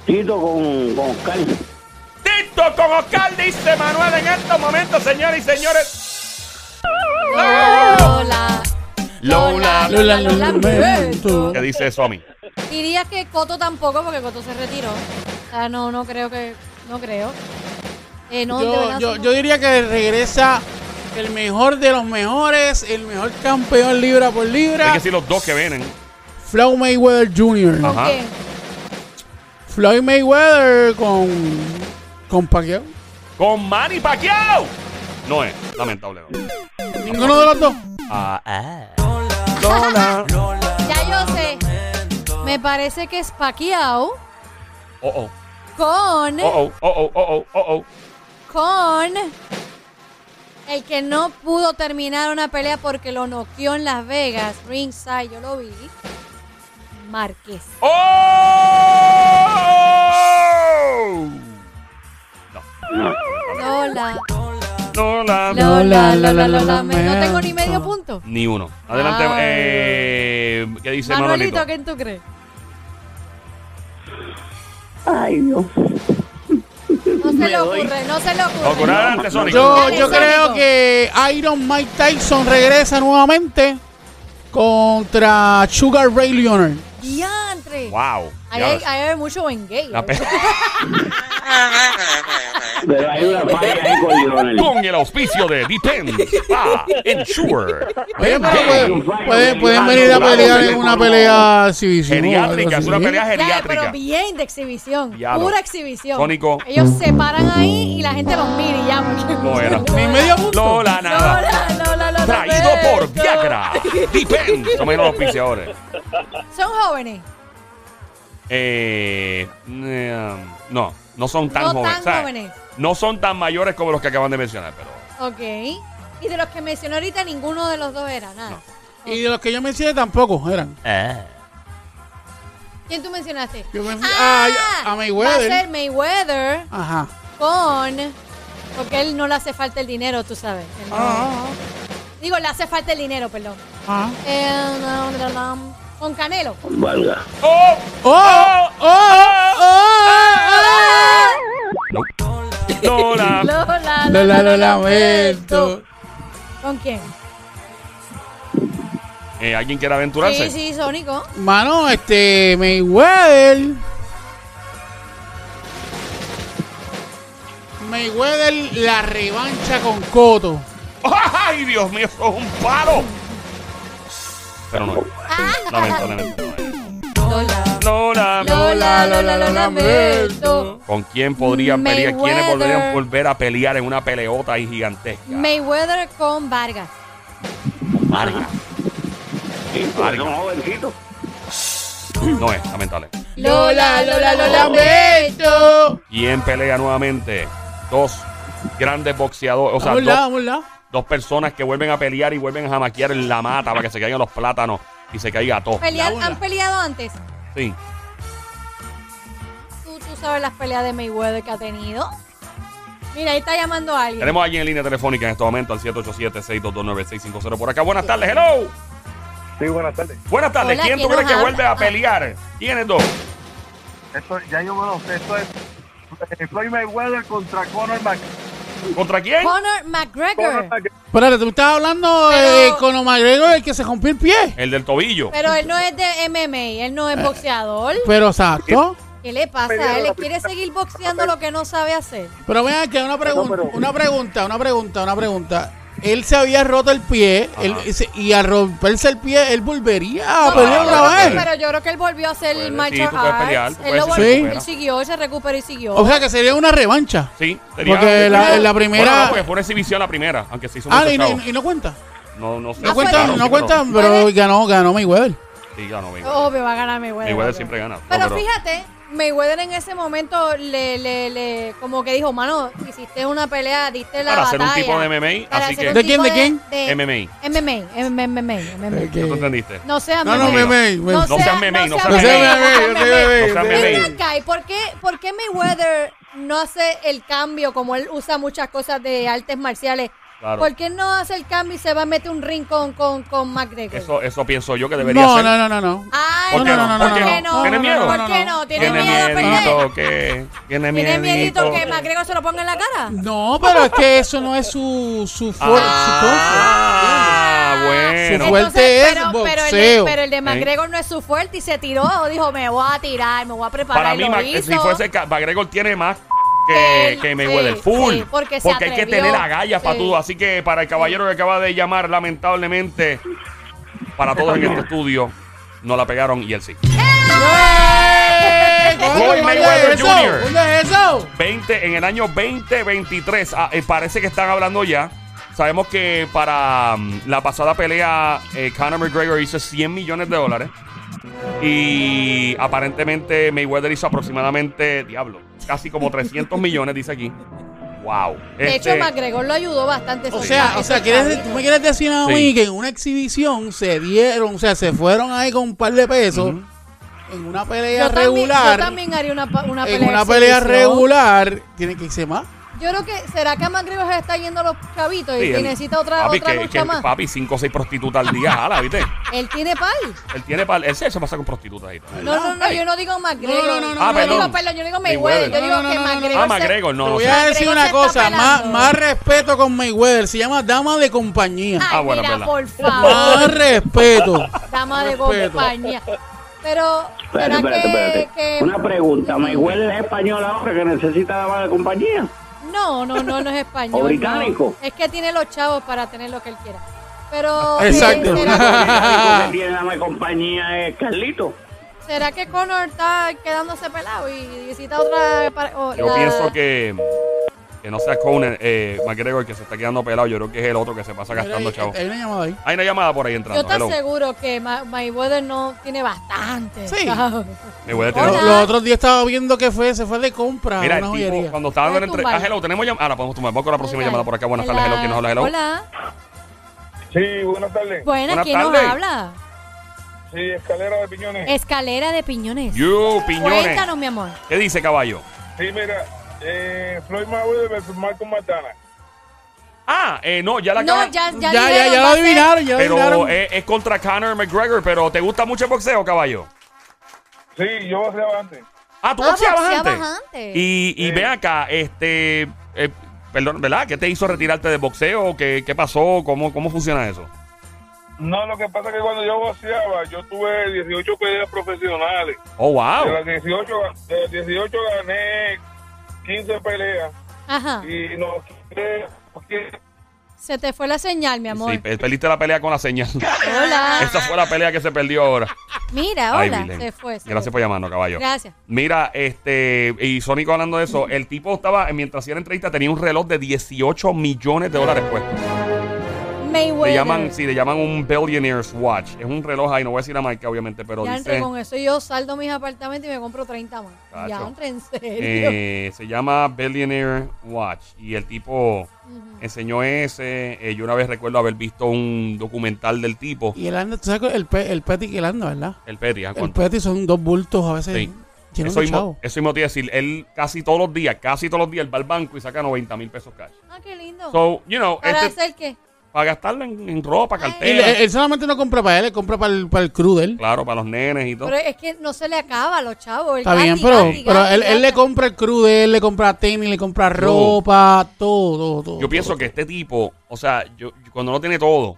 Speaker 4: Tito con, con Oscar.
Speaker 1: Tito con Oscar, dice Manuel en estos momentos, señores y señores.
Speaker 2: Lola.
Speaker 1: Lola.
Speaker 3: Lola, Lola,
Speaker 2: Memento.
Speaker 1: ¿Qué dice eso a mí?
Speaker 2: Diría que Coto tampoco porque Coto se retiró. O sea, no, no creo que. No creo. Eh, no, de
Speaker 3: yo,
Speaker 2: verdad,
Speaker 3: yo,
Speaker 2: sí, no.
Speaker 3: yo diría que regresa el mejor de los mejores, el mejor campeón libra por
Speaker 1: Hay que
Speaker 3: libra,
Speaker 1: decir los dos que vienen.
Speaker 3: Floyd Mayweather Jr.
Speaker 1: Ah.
Speaker 2: ¿Con
Speaker 1: Ajá.
Speaker 2: quién?
Speaker 3: Floyd Mayweather con, con Pacquiao.
Speaker 1: Con Manny Pacquiao. No es, lamentable. No.
Speaker 3: Ninguno de los dos.
Speaker 1: Ah, ah.
Speaker 2: Ya yo sé. Me parece que es Pacquiao
Speaker 1: Oh, oh.
Speaker 2: con.
Speaker 1: Oh, oh, oh, oh, oh, oh, oh.
Speaker 2: con el que no pudo terminar una pelea porque lo noqueó en Las Vegas, ringside, yo lo vi. Márquez.
Speaker 1: ¡Oh! No.
Speaker 2: Lola.
Speaker 1: No, la.
Speaker 2: Lola, Lola, Lola,
Speaker 3: Lola,
Speaker 2: me- No tengo ni
Speaker 3: Lola.
Speaker 2: medio punto.
Speaker 1: Ni uno. Adelante,
Speaker 2: Ay.
Speaker 1: eh, ¿qué dice Manuelito?
Speaker 2: Manuelito, ¿quién tú crees?
Speaker 4: Ay, Dios.
Speaker 2: No se le
Speaker 4: doy.
Speaker 2: ocurre, no se le
Speaker 1: Ocurre,
Speaker 2: ocurre.
Speaker 1: Oh, adelante, Sonic.
Speaker 3: Yo,
Speaker 2: Dale,
Speaker 3: yo
Speaker 2: Sónico.
Speaker 3: creo que Iron Mike Tyson regresa nuevamente contra Sugar Ray Leonard.
Speaker 2: Diantre.
Speaker 1: Wow.
Speaker 2: Ahí hay, ahí hay mucho buen gay.
Speaker 1: La pe-
Speaker 4: Pero hay una falla ahí con Lionel.
Speaker 1: Con el auspicio de Depend Spa
Speaker 3: *laughs*
Speaker 1: Ensure.
Speaker 3: Oye, pero
Speaker 1: Engage.
Speaker 3: pueden, pueden- pueden venir a pelear en una pelea civil.
Speaker 1: Geriátrica, es una pelea
Speaker 2: Ya, pero
Speaker 1: geriátrica.
Speaker 2: bien de exhibición.
Speaker 1: Diablo.
Speaker 2: Pura exhibición.
Speaker 1: Sónico.
Speaker 2: Ellos se paran ahí y la gente los mira y ya. porque-
Speaker 1: No era.
Speaker 3: Ni medio punto.
Speaker 1: Lola, nada.
Speaker 2: Lola, Lola, Lola,
Speaker 1: Traído por
Speaker 2: Alberto.
Speaker 1: Viagra. Depend. Somos los auspiciadores.
Speaker 2: Son jóvenes.
Speaker 1: Eh, eh, no, no son tan
Speaker 2: No tan
Speaker 1: jóvenes. ¿sabes?
Speaker 2: jóvenes.
Speaker 1: No son tan mayores como los que acaban de mencionar, pero.
Speaker 2: Ok. Y de los que mencioné ahorita, ninguno de los dos era, nada.
Speaker 3: Y de los que yo mencioné tampoco eran.
Speaker 2: ¿Quién tú mencionaste?
Speaker 3: Yo me fui- ah, ya, a Mayweather.
Speaker 2: Va a ser Mayweather
Speaker 3: Ajá.
Speaker 2: con... Porque él no le hace falta el dinero, tú sabes. Él no-
Speaker 3: Ah,
Speaker 2: Digo, le hace falta el dinero, perdón.
Speaker 3: ah.
Speaker 2: Eh, no, no, no, no. Con Canelo.
Speaker 4: Valga.
Speaker 1: ¡Oh!
Speaker 3: ¡Oh! ¡Oh! ¡Oh! ¡Oh!
Speaker 1: No. Lola.
Speaker 2: *laughs* Lola,
Speaker 3: Lo, la- lo lamento.
Speaker 2: ¿Con quién?
Speaker 1: Eh, ¿Alguien quiere aventurarse?
Speaker 2: Sí, sí, Sónico.
Speaker 3: Mano, este, Mayweather. Mayweather, la revancha con Coto.
Speaker 1: ¡Ay, Dios mío! ¡Eso es un palo! Pero no. Lamento, lamento.
Speaker 2: Ah. Lola.
Speaker 1: Lola.
Speaker 2: Lola, Lola, lo lamento.
Speaker 1: ¿Con quién podrían pelear? ¿Quiénes
Speaker 2: Mayweather.
Speaker 1: podrían volver a pelear en una peleota ahí gigantesca?
Speaker 2: Mayweather con Vargas.
Speaker 4: Vargas. Sí, pues, son jovencitos.
Speaker 1: No es, lamentable.
Speaker 2: Lola, Lola, lo
Speaker 3: lamento.
Speaker 1: ¿Quién pelea nuevamente? Dos grandes boxeadores, o sea,
Speaker 3: Vamos
Speaker 1: dos,
Speaker 3: la, vamos la.
Speaker 1: dos personas que vuelven a pelear y vuelven a jamaquear en la mata para que se caigan los plátanos y se caiga todo.
Speaker 2: Pelear,
Speaker 3: La una.
Speaker 2: ¿Han peleado antes?
Speaker 1: Sí.
Speaker 2: ¿Tú, tú sabes las peleas de Mayweather que ha tenido. Mira, ahí está llamando a alguien.
Speaker 1: Tenemos a alguien en línea telefónica en este momento al 787-622-9650 por acá. Buenas tardes, hello.
Speaker 6: Sí, buenas tardes.
Speaker 1: Buenas tardes.
Speaker 2: Hola,
Speaker 1: ¿Quién tú
Speaker 2: ¿quién
Speaker 1: crees
Speaker 2: nos
Speaker 1: que
Speaker 2: habla?
Speaker 1: vuelve a
Speaker 2: Ah.
Speaker 1: pelear? ¿Quiénes dos?
Speaker 6: Esto, ya yo me lo sé. Esto es eh, Floyd Mayweather contra Conor Mac-
Speaker 1: ¿Contra quién?
Speaker 2: Conor
Speaker 6: Conor
Speaker 2: McGregor.
Speaker 6: McGregor.
Speaker 3: Espérate, tú estás hablando eh,
Speaker 2: Pero-
Speaker 3: de Conor McGregor, el que se rompió el pie.
Speaker 1: El del tobillo.
Speaker 2: Pero él no es de MMA, él no es boxeador.
Speaker 3: Pero exacto.
Speaker 2: ¿Qué le pasa a él? ¿Le quiere seguir boxeando lo que no sabe hacer?
Speaker 3: Pero vean que una pregunta, una pregunta, una pregunta, una pregunta. Él se había roto el pie él- ese- y al romperse el pie, él volvería a
Speaker 2: No,
Speaker 3: pelear
Speaker 1: la
Speaker 2: yo
Speaker 3: otra
Speaker 2: creo que-
Speaker 3: vez.
Speaker 2: pero yo creo que él volvió a hacer
Speaker 1: Puede, sí,
Speaker 2: martial
Speaker 1: tú puedes
Speaker 2: arts.
Speaker 1: pelear, tú
Speaker 2: él
Speaker 1: puedes
Speaker 2: lo
Speaker 3: hacer
Speaker 2: volvió,
Speaker 1: recupera.
Speaker 2: él siguió, él se recuperó y siguió.
Speaker 3: O sea que sería una revancha.
Speaker 1: Sí, sería-
Speaker 3: Porque la- en la primera-
Speaker 1: Bueno, no, porque fue una exhibición la primera, aunque sí hizo
Speaker 3: Ah,
Speaker 1: mucho
Speaker 3: y,
Speaker 1: chavo.
Speaker 3: y- y no cuenta.
Speaker 1: No, Ah, no sé.
Speaker 3: No cuenta,
Speaker 1: Claro,
Speaker 3: no
Speaker 1: sí,
Speaker 3: cuenta,
Speaker 1: pero-
Speaker 3: pero ganó, ganó Mayweather.
Speaker 1: Sí, ganó Mayweather.
Speaker 2: Obvio, va a ganar Mayweather.
Speaker 1: Mayweather
Speaker 2: obvio.
Speaker 1: siempre gana. No,
Speaker 2: Pero,
Speaker 1: pero-
Speaker 2: fíjate, Mayweather en ese momento le, le, le, como que dijo, mano, hiciste una pelea, diste la
Speaker 1: Para
Speaker 2: batalla.
Speaker 1: hacer un tipo de MMA,
Speaker 2: Para
Speaker 1: así
Speaker 2: hacer
Speaker 1: que-
Speaker 2: un
Speaker 3: ¿De quién,
Speaker 2: tipo
Speaker 3: de quién?
Speaker 1: MMA.
Speaker 2: MMA, MMA, MMA.
Speaker 1: ¿Tú entendiste?
Speaker 2: No sea
Speaker 3: No, no,
Speaker 2: MMA.
Speaker 3: meme, meme.
Speaker 1: No seas meme, no seas
Speaker 3: Yo sé
Speaker 1: meme.
Speaker 3: meme, yo sé meme,
Speaker 1: No seas
Speaker 3: meme.
Speaker 1: meme.
Speaker 2: Ven acá, ¿y por qué, por qué Mayweather no hace el cambio, como él usa muchas cosas de artes marciales?
Speaker 1: Claro.
Speaker 2: ¿Por qué no hace el cambio y se va a meter un ring con, con, con McGregor?
Speaker 1: Eso, eso pienso yo que debería
Speaker 3: No,
Speaker 1: ser.
Speaker 3: no, no, no, no.
Speaker 2: Ay,
Speaker 1: ¿Por qué no?
Speaker 2: no,
Speaker 1: ¿Por
Speaker 2: ¿por
Speaker 1: qué
Speaker 2: qué
Speaker 1: no?
Speaker 2: no?
Speaker 1: ¿Tiene miedo?
Speaker 2: ¿Por qué no? ¿Tiene
Speaker 1: Tiene
Speaker 2: miedo a perder?
Speaker 1: miedito que. Tiene
Speaker 2: ¿Tiene miedito
Speaker 1: miedito
Speaker 2: que McGregor se lo ponga en la cara?
Speaker 3: No, pero es que eso no es su, su, for-
Speaker 1: Ah,
Speaker 3: Su
Speaker 1: bueno.
Speaker 3: fuerte es
Speaker 2: pero, el de,
Speaker 3: boxeo.
Speaker 2: pero el de
Speaker 1: ¿Eh?
Speaker 2: McGregor no es su fuerte y se tiró, dijo, me voy a tirar, me voy a preparar.
Speaker 1: Para
Speaker 2: y
Speaker 1: mí,
Speaker 2: lo
Speaker 1: Ma-
Speaker 2: hizo.
Speaker 1: si fuese ca- McGregor, tiene más que,
Speaker 2: Sí,
Speaker 1: que Mayweather.
Speaker 2: sí,
Speaker 1: Full.
Speaker 2: sí, porque se
Speaker 1: hay que
Speaker 2: atrevió.
Speaker 1: tener agallas para
Speaker 2: Sí.
Speaker 1: todo. Así que para el caballero que acaba de llamar, lamentablemente, para todos en este estudio, no la pegaron y él
Speaker 2: *laughs*
Speaker 1: sí.
Speaker 3: ¡Eh!
Speaker 1: Floyd
Speaker 3: ¿Cuándo es
Speaker 1: Mayweather
Speaker 3: eso?
Speaker 1: Jr..
Speaker 3: ¿Cuándo es eso?
Speaker 1: 20, en el año 2023. Ah, eh, parece que están hablando ya. Sabemos que para mm, la pasada pelea, eh, Conor McGregor hizo 100 millones de dólares. Y aparentemente Mayweather hizo aproximadamente, diablo, casi como 300 millones, dice aquí. ¡Wow!
Speaker 2: De hecho,
Speaker 1: Este,
Speaker 2: McGregor lo ayudó bastante.
Speaker 3: O
Speaker 2: eso
Speaker 3: sea,
Speaker 2: está-
Speaker 3: o sea,
Speaker 2: eso
Speaker 3: ¿quieres,
Speaker 2: está
Speaker 3: tú
Speaker 2: bien.
Speaker 3: me quieres decir a
Speaker 1: Sí.
Speaker 3: mí que en una exhibición se dieron, o sea, se fueron ahí con un par de pesos
Speaker 1: Ujú.
Speaker 3: en una
Speaker 2: Yo
Speaker 3: pelea
Speaker 2: también-
Speaker 3: regular.
Speaker 2: yo también haría una, pa- una pelea.
Speaker 3: en una
Speaker 2: de
Speaker 3: pelea
Speaker 2: exhibición.
Speaker 3: regular tiene que irse más.
Speaker 2: Yo creo que será que a McGregor se le está yendo los cabitos
Speaker 1: sí,
Speaker 2: y que
Speaker 1: él-
Speaker 2: necesita otra,
Speaker 1: papi,
Speaker 2: otra
Speaker 1: que-
Speaker 2: lucha
Speaker 1: que-
Speaker 2: más.
Speaker 1: Papi, 5 o 6 prostitutas al día, jala, ¿viste?
Speaker 2: Él tiene pal.
Speaker 1: Él tiene pa- él se se pasa con prostitutas ahí.
Speaker 2: No, no, no, yo no digo
Speaker 3: No,
Speaker 2: McGregor.
Speaker 3: no, no, no,
Speaker 1: Ah,
Speaker 2: yo
Speaker 1: perdón.
Speaker 2: digo, perdón, yo digo
Speaker 1: Mayweather.
Speaker 2: Mayweather. Yo
Speaker 3: No,
Speaker 2: digo
Speaker 3: no,
Speaker 2: que
Speaker 3: no, no, no.
Speaker 2: McGregor.
Speaker 1: Ah,
Speaker 2: se-
Speaker 1: McGregor, no,
Speaker 3: Te
Speaker 1: no
Speaker 3: voy
Speaker 1: sé.
Speaker 3: a
Speaker 2: Pero
Speaker 3: decir
Speaker 2: Gregor se
Speaker 3: una
Speaker 2: está
Speaker 3: cosa, más,
Speaker 2: pelando.
Speaker 3: más respeto con Mayweather, se llama dama de compañía.
Speaker 2: Ay,
Speaker 1: Ah, bueno,
Speaker 2: mira,
Speaker 1: verdad.
Speaker 2: por favor.
Speaker 3: Más respeto.
Speaker 2: Dama de
Speaker 3: Respeto.
Speaker 2: compañía. Pero, ¿será
Speaker 4: Espérate, espérate,
Speaker 2: que,
Speaker 4: espérate.
Speaker 2: que-
Speaker 4: Una pregunta, ¿me huele es español ahora que necesita la
Speaker 1: *laughs*
Speaker 4: mala compañía?
Speaker 2: No, no, no, no es español.
Speaker 4: ¿O
Speaker 2: no.
Speaker 4: británico?
Speaker 2: Es que tiene los chavos para tener lo que él quiera.
Speaker 1: *laughs*
Speaker 2: Pero, eh,
Speaker 3: Exacto.
Speaker 2: ¿será,
Speaker 4: El único que tiene la mala compañía es Carlito.
Speaker 1: *laughs*
Speaker 2: que- será que Conor está quedándose pelado y necesita otra... para- o
Speaker 1: Yo
Speaker 2: la-
Speaker 1: pienso que, que no sea Conan, eh, McGregor, que se está quedando pelado. Yo creo que es el otro que se pasa gastando,
Speaker 3: Mira,
Speaker 1: chavo.
Speaker 3: hay, hay una llamada ahí.
Speaker 1: Hay una llamada por ahí
Speaker 2: eh, Yo
Speaker 1: entrando.
Speaker 2: te
Speaker 1: hello.
Speaker 2: aseguro que Ma- Mayweather no tiene bastante.
Speaker 3: Sí.
Speaker 2: chavos.
Speaker 1: Me voy a
Speaker 2: Hola.
Speaker 1: detener.
Speaker 3: Lo- Los otros días estaba viendo que fue, se fue de compra
Speaker 1: Mira,
Speaker 3: a
Speaker 1: el
Speaker 3: una
Speaker 1: tipo,
Speaker 3: joyería.
Speaker 1: cuando estaba dando la
Speaker 2: Puedes
Speaker 1: entrevista. Ah,
Speaker 2: tumbar.
Speaker 1: hello, tenemos llamada. Ahora podemos tomar. Vamos con la próxima llamada por acá. Buenas tardes, hello. ¿Quién nos habla, hello?
Speaker 2: Hola.
Speaker 5: Sí, buenas tardes.
Speaker 2: Buenas,
Speaker 1: Buenas
Speaker 2: ¿quién nos
Speaker 1: tardes.
Speaker 2: habla?
Speaker 5: Sí, escalera de piñones.
Speaker 2: Eh. Escalera de piñones.
Speaker 1: You, piñones.
Speaker 2: Cuéntanos, mi amor.
Speaker 1: ¿Qué dice, caballo?
Speaker 5: Sí, mira, eh, Floyd Mayweather versus Michael Montana.
Speaker 1: Ah, eh, no, ya la
Speaker 2: No,
Speaker 1: acaban-
Speaker 2: ya, ya,
Speaker 3: ya, ya,
Speaker 2: dijeron,
Speaker 3: ya
Speaker 2: va
Speaker 3: lo
Speaker 2: a ser-
Speaker 3: adivinaron, ya lo
Speaker 1: Pero eh,
Speaker 3: adivinaron.
Speaker 1: es, es contra Conor McGregor. Pero ¿te gusta mucho el boxeo, caballo?
Speaker 5: Sí, yo boxeaba antes.
Speaker 1: Ah, tú
Speaker 2: Ah,
Speaker 1: boxeabas
Speaker 2: boxeabas
Speaker 1: antes.
Speaker 2: antes.
Speaker 1: Y, y
Speaker 5: Sí.
Speaker 1: ven acá, este. eh, perdón, ¿verdad? ¿Qué te hizo retirarte del boxeo? ¿Qué, qué pasó? ¿Cómo, ¿Cómo funciona eso?
Speaker 5: No, lo que pasa es que cuando yo boxeaba, yo tuve 18 peleas profesionales.
Speaker 1: Oh, wow.
Speaker 5: De las 18, de las 18 gané 15 peleas
Speaker 2: Ajá.
Speaker 5: y no
Speaker 2: Se te fue la señal, mi amor.
Speaker 1: Sí, pe- perdiste la pelea con la señal. *laughs*
Speaker 2: Hola.
Speaker 1: Esa fue la pelea que se perdió ahora.
Speaker 2: Mira, Ah, hola.
Speaker 1: Vilén.
Speaker 2: se fue. se
Speaker 1: Gracias
Speaker 2: fue.
Speaker 1: por llamarnos, caballo.
Speaker 2: Gracias.
Speaker 1: Mira, este, y Sónico hablando de eso, el tipo estaba, mientras hacía la entrevista, tenía un reloj de 18 millones de dólares puesto.
Speaker 2: Mayweather.
Speaker 1: Le llaman, sí, le llaman un Billionaire's Watch. Es un reloj ahí, no voy a decir la marca, obviamente, pero
Speaker 2: Ya entre
Speaker 1: dice.
Speaker 2: con eso yo saldo mis apartamentos y me compro 30 más.
Speaker 1: Cacho.
Speaker 2: Ya entre en serio.
Speaker 1: eh, se llama Billionaire Watch. Y el tipo enseñó ese. eh, yo una vez recuerdo haber visto un documental del tipo.
Speaker 3: Y el anda, tú sabes, que el, pe- el Petty que él anda, ¿verdad?
Speaker 1: El Petty, ¿a
Speaker 3: El
Speaker 1: cuánto?
Speaker 3: Petty son dos bultos a veces.
Speaker 1: Sí.
Speaker 3: llenos
Speaker 1: Eso
Speaker 3: de
Speaker 1: mismo,
Speaker 3: chavo.
Speaker 1: eso mismo te iba a decir. Él casi todos los días, casi todos los días, él va al banco y saca 90 mil pesos cash.
Speaker 2: Ah, qué lindo.
Speaker 1: So, you know,
Speaker 2: ¿Para
Speaker 1: este-
Speaker 2: hacer qué?
Speaker 1: para gastarlo en, en ropa,
Speaker 3: Y
Speaker 1: cartera.
Speaker 3: le- él solamente no compra para él, él compra para el, para el crew de él.
Speaker 1: claro, para los nenes y todo.
Speaker 2: Pero es que no se le acaba a los chavos. el
Speaker 3: Está bien,
Speaker 2: gasti,
Speaker 3: pero,
Speaker 2: gasti,
Speaker 3: pero
Speaker 2: gasti,
Speaker 3: él, él le
Speaker 2: gasta.
Speaker 3: compra el crew de él, le compra tenis, le compra ropa, todo, todo, todo.
Speaker 1: Yo pienso
Speaker 3: todo.
Speaker 1: que este tipo, o sea, yo, yo- cuando no tiene todo,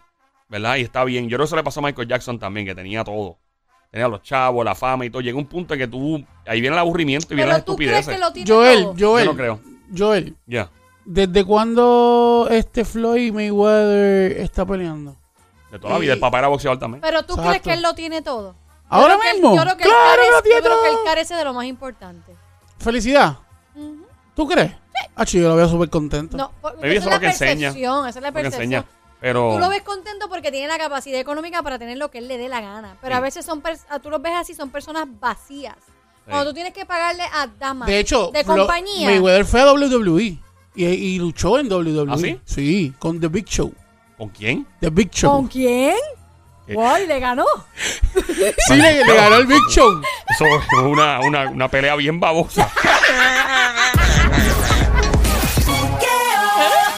Speaker 1: ¿verdad? Y está bien. Yo creo que eso le pasó a Michael Jackson también, que tenía todo. Tenía los chavos, la fama y todo. Llega un punto en que tú, ahí viene el aburrimiento y vienen las
Speaker 2: Pero tú crees
Speaker 1: estupideces.
Speaker 2: que lo tiene
Speaker 3: Joel,
Speaker 2: todo.
Speaker 3: Joel,
Speaker 1: Yo no creo.
Speaker 3: Joel,
Speaker 1: Ya,
Speaker 3: ¿desde cuándo este Floyd Mayweather está peleando?
Speaker 1: de toda la vida. El papá era boxeador también.
Speaker 2: Pero tú crees
Speaker 3: Exacto.
Speaker 2: que él lo tiene todo. Yo
Speaker 3: ¿Ahora
Speaker 2: creo que él-
Speaker 3: mismo?
Speaker 2: yo creo que él
Speaker 3: ¡Claro que
Speaker 2: carece,
Speaker 3: lo tiene
Speaker 2: Yo creo que él
Speaker 3: todo!
Speaker 2: carece de lo más importante.
Speaker 3: Felicidad.
Speaker 2: Ujú.
Speaker 3: ¿Tú crees? Sí. Ah, yo lo veo súper contento.
Speaker 2: No, por-
Speaker 1: Maybe
Speaker 2: esa
Speaker 1: eso
Speaker 2: es
Speaker 1: es
Speaker 2: la
Speaker 1: lo que enseña.
Speaker 2: percepción. Esa es la
Speaker 1: Porque
Speaker 2: percepción.
Speaker 1: enseña. Pero.
Speaker 2: Tú lo ves contento porque tiene la capacidad económica para tener lo que él le dé la gana. Pero
Speaker 1: Sí.
Speaker 2: a veces son pers- tú los ves así, son personas vacías.
Speaker 1: Sí.
Speaker 2: Cuando tú tienes que pagarle a damas
Speaker 3: De hecho,
Speaker 2: de
Speaker 3: Flo-
Speaker 2: compañía.
Speaker 3: Mayweather fue a WWE y, y luchó en WWE.
Speaker 1: ¿Ah, sí?
Speaker 3: Sí, con The Big Show.
Speaker 1: ¿Con quién?
Speaker 3: The Big Show.
Speaker 2: ¿Con quién?
Speaker 1: Eh.
Speaker 2: Guay, le ganó.
Speaker 3: Sí, le, le ganó el Big Show.
Speaker 1: Eso es una, una, una pelea bien babosa.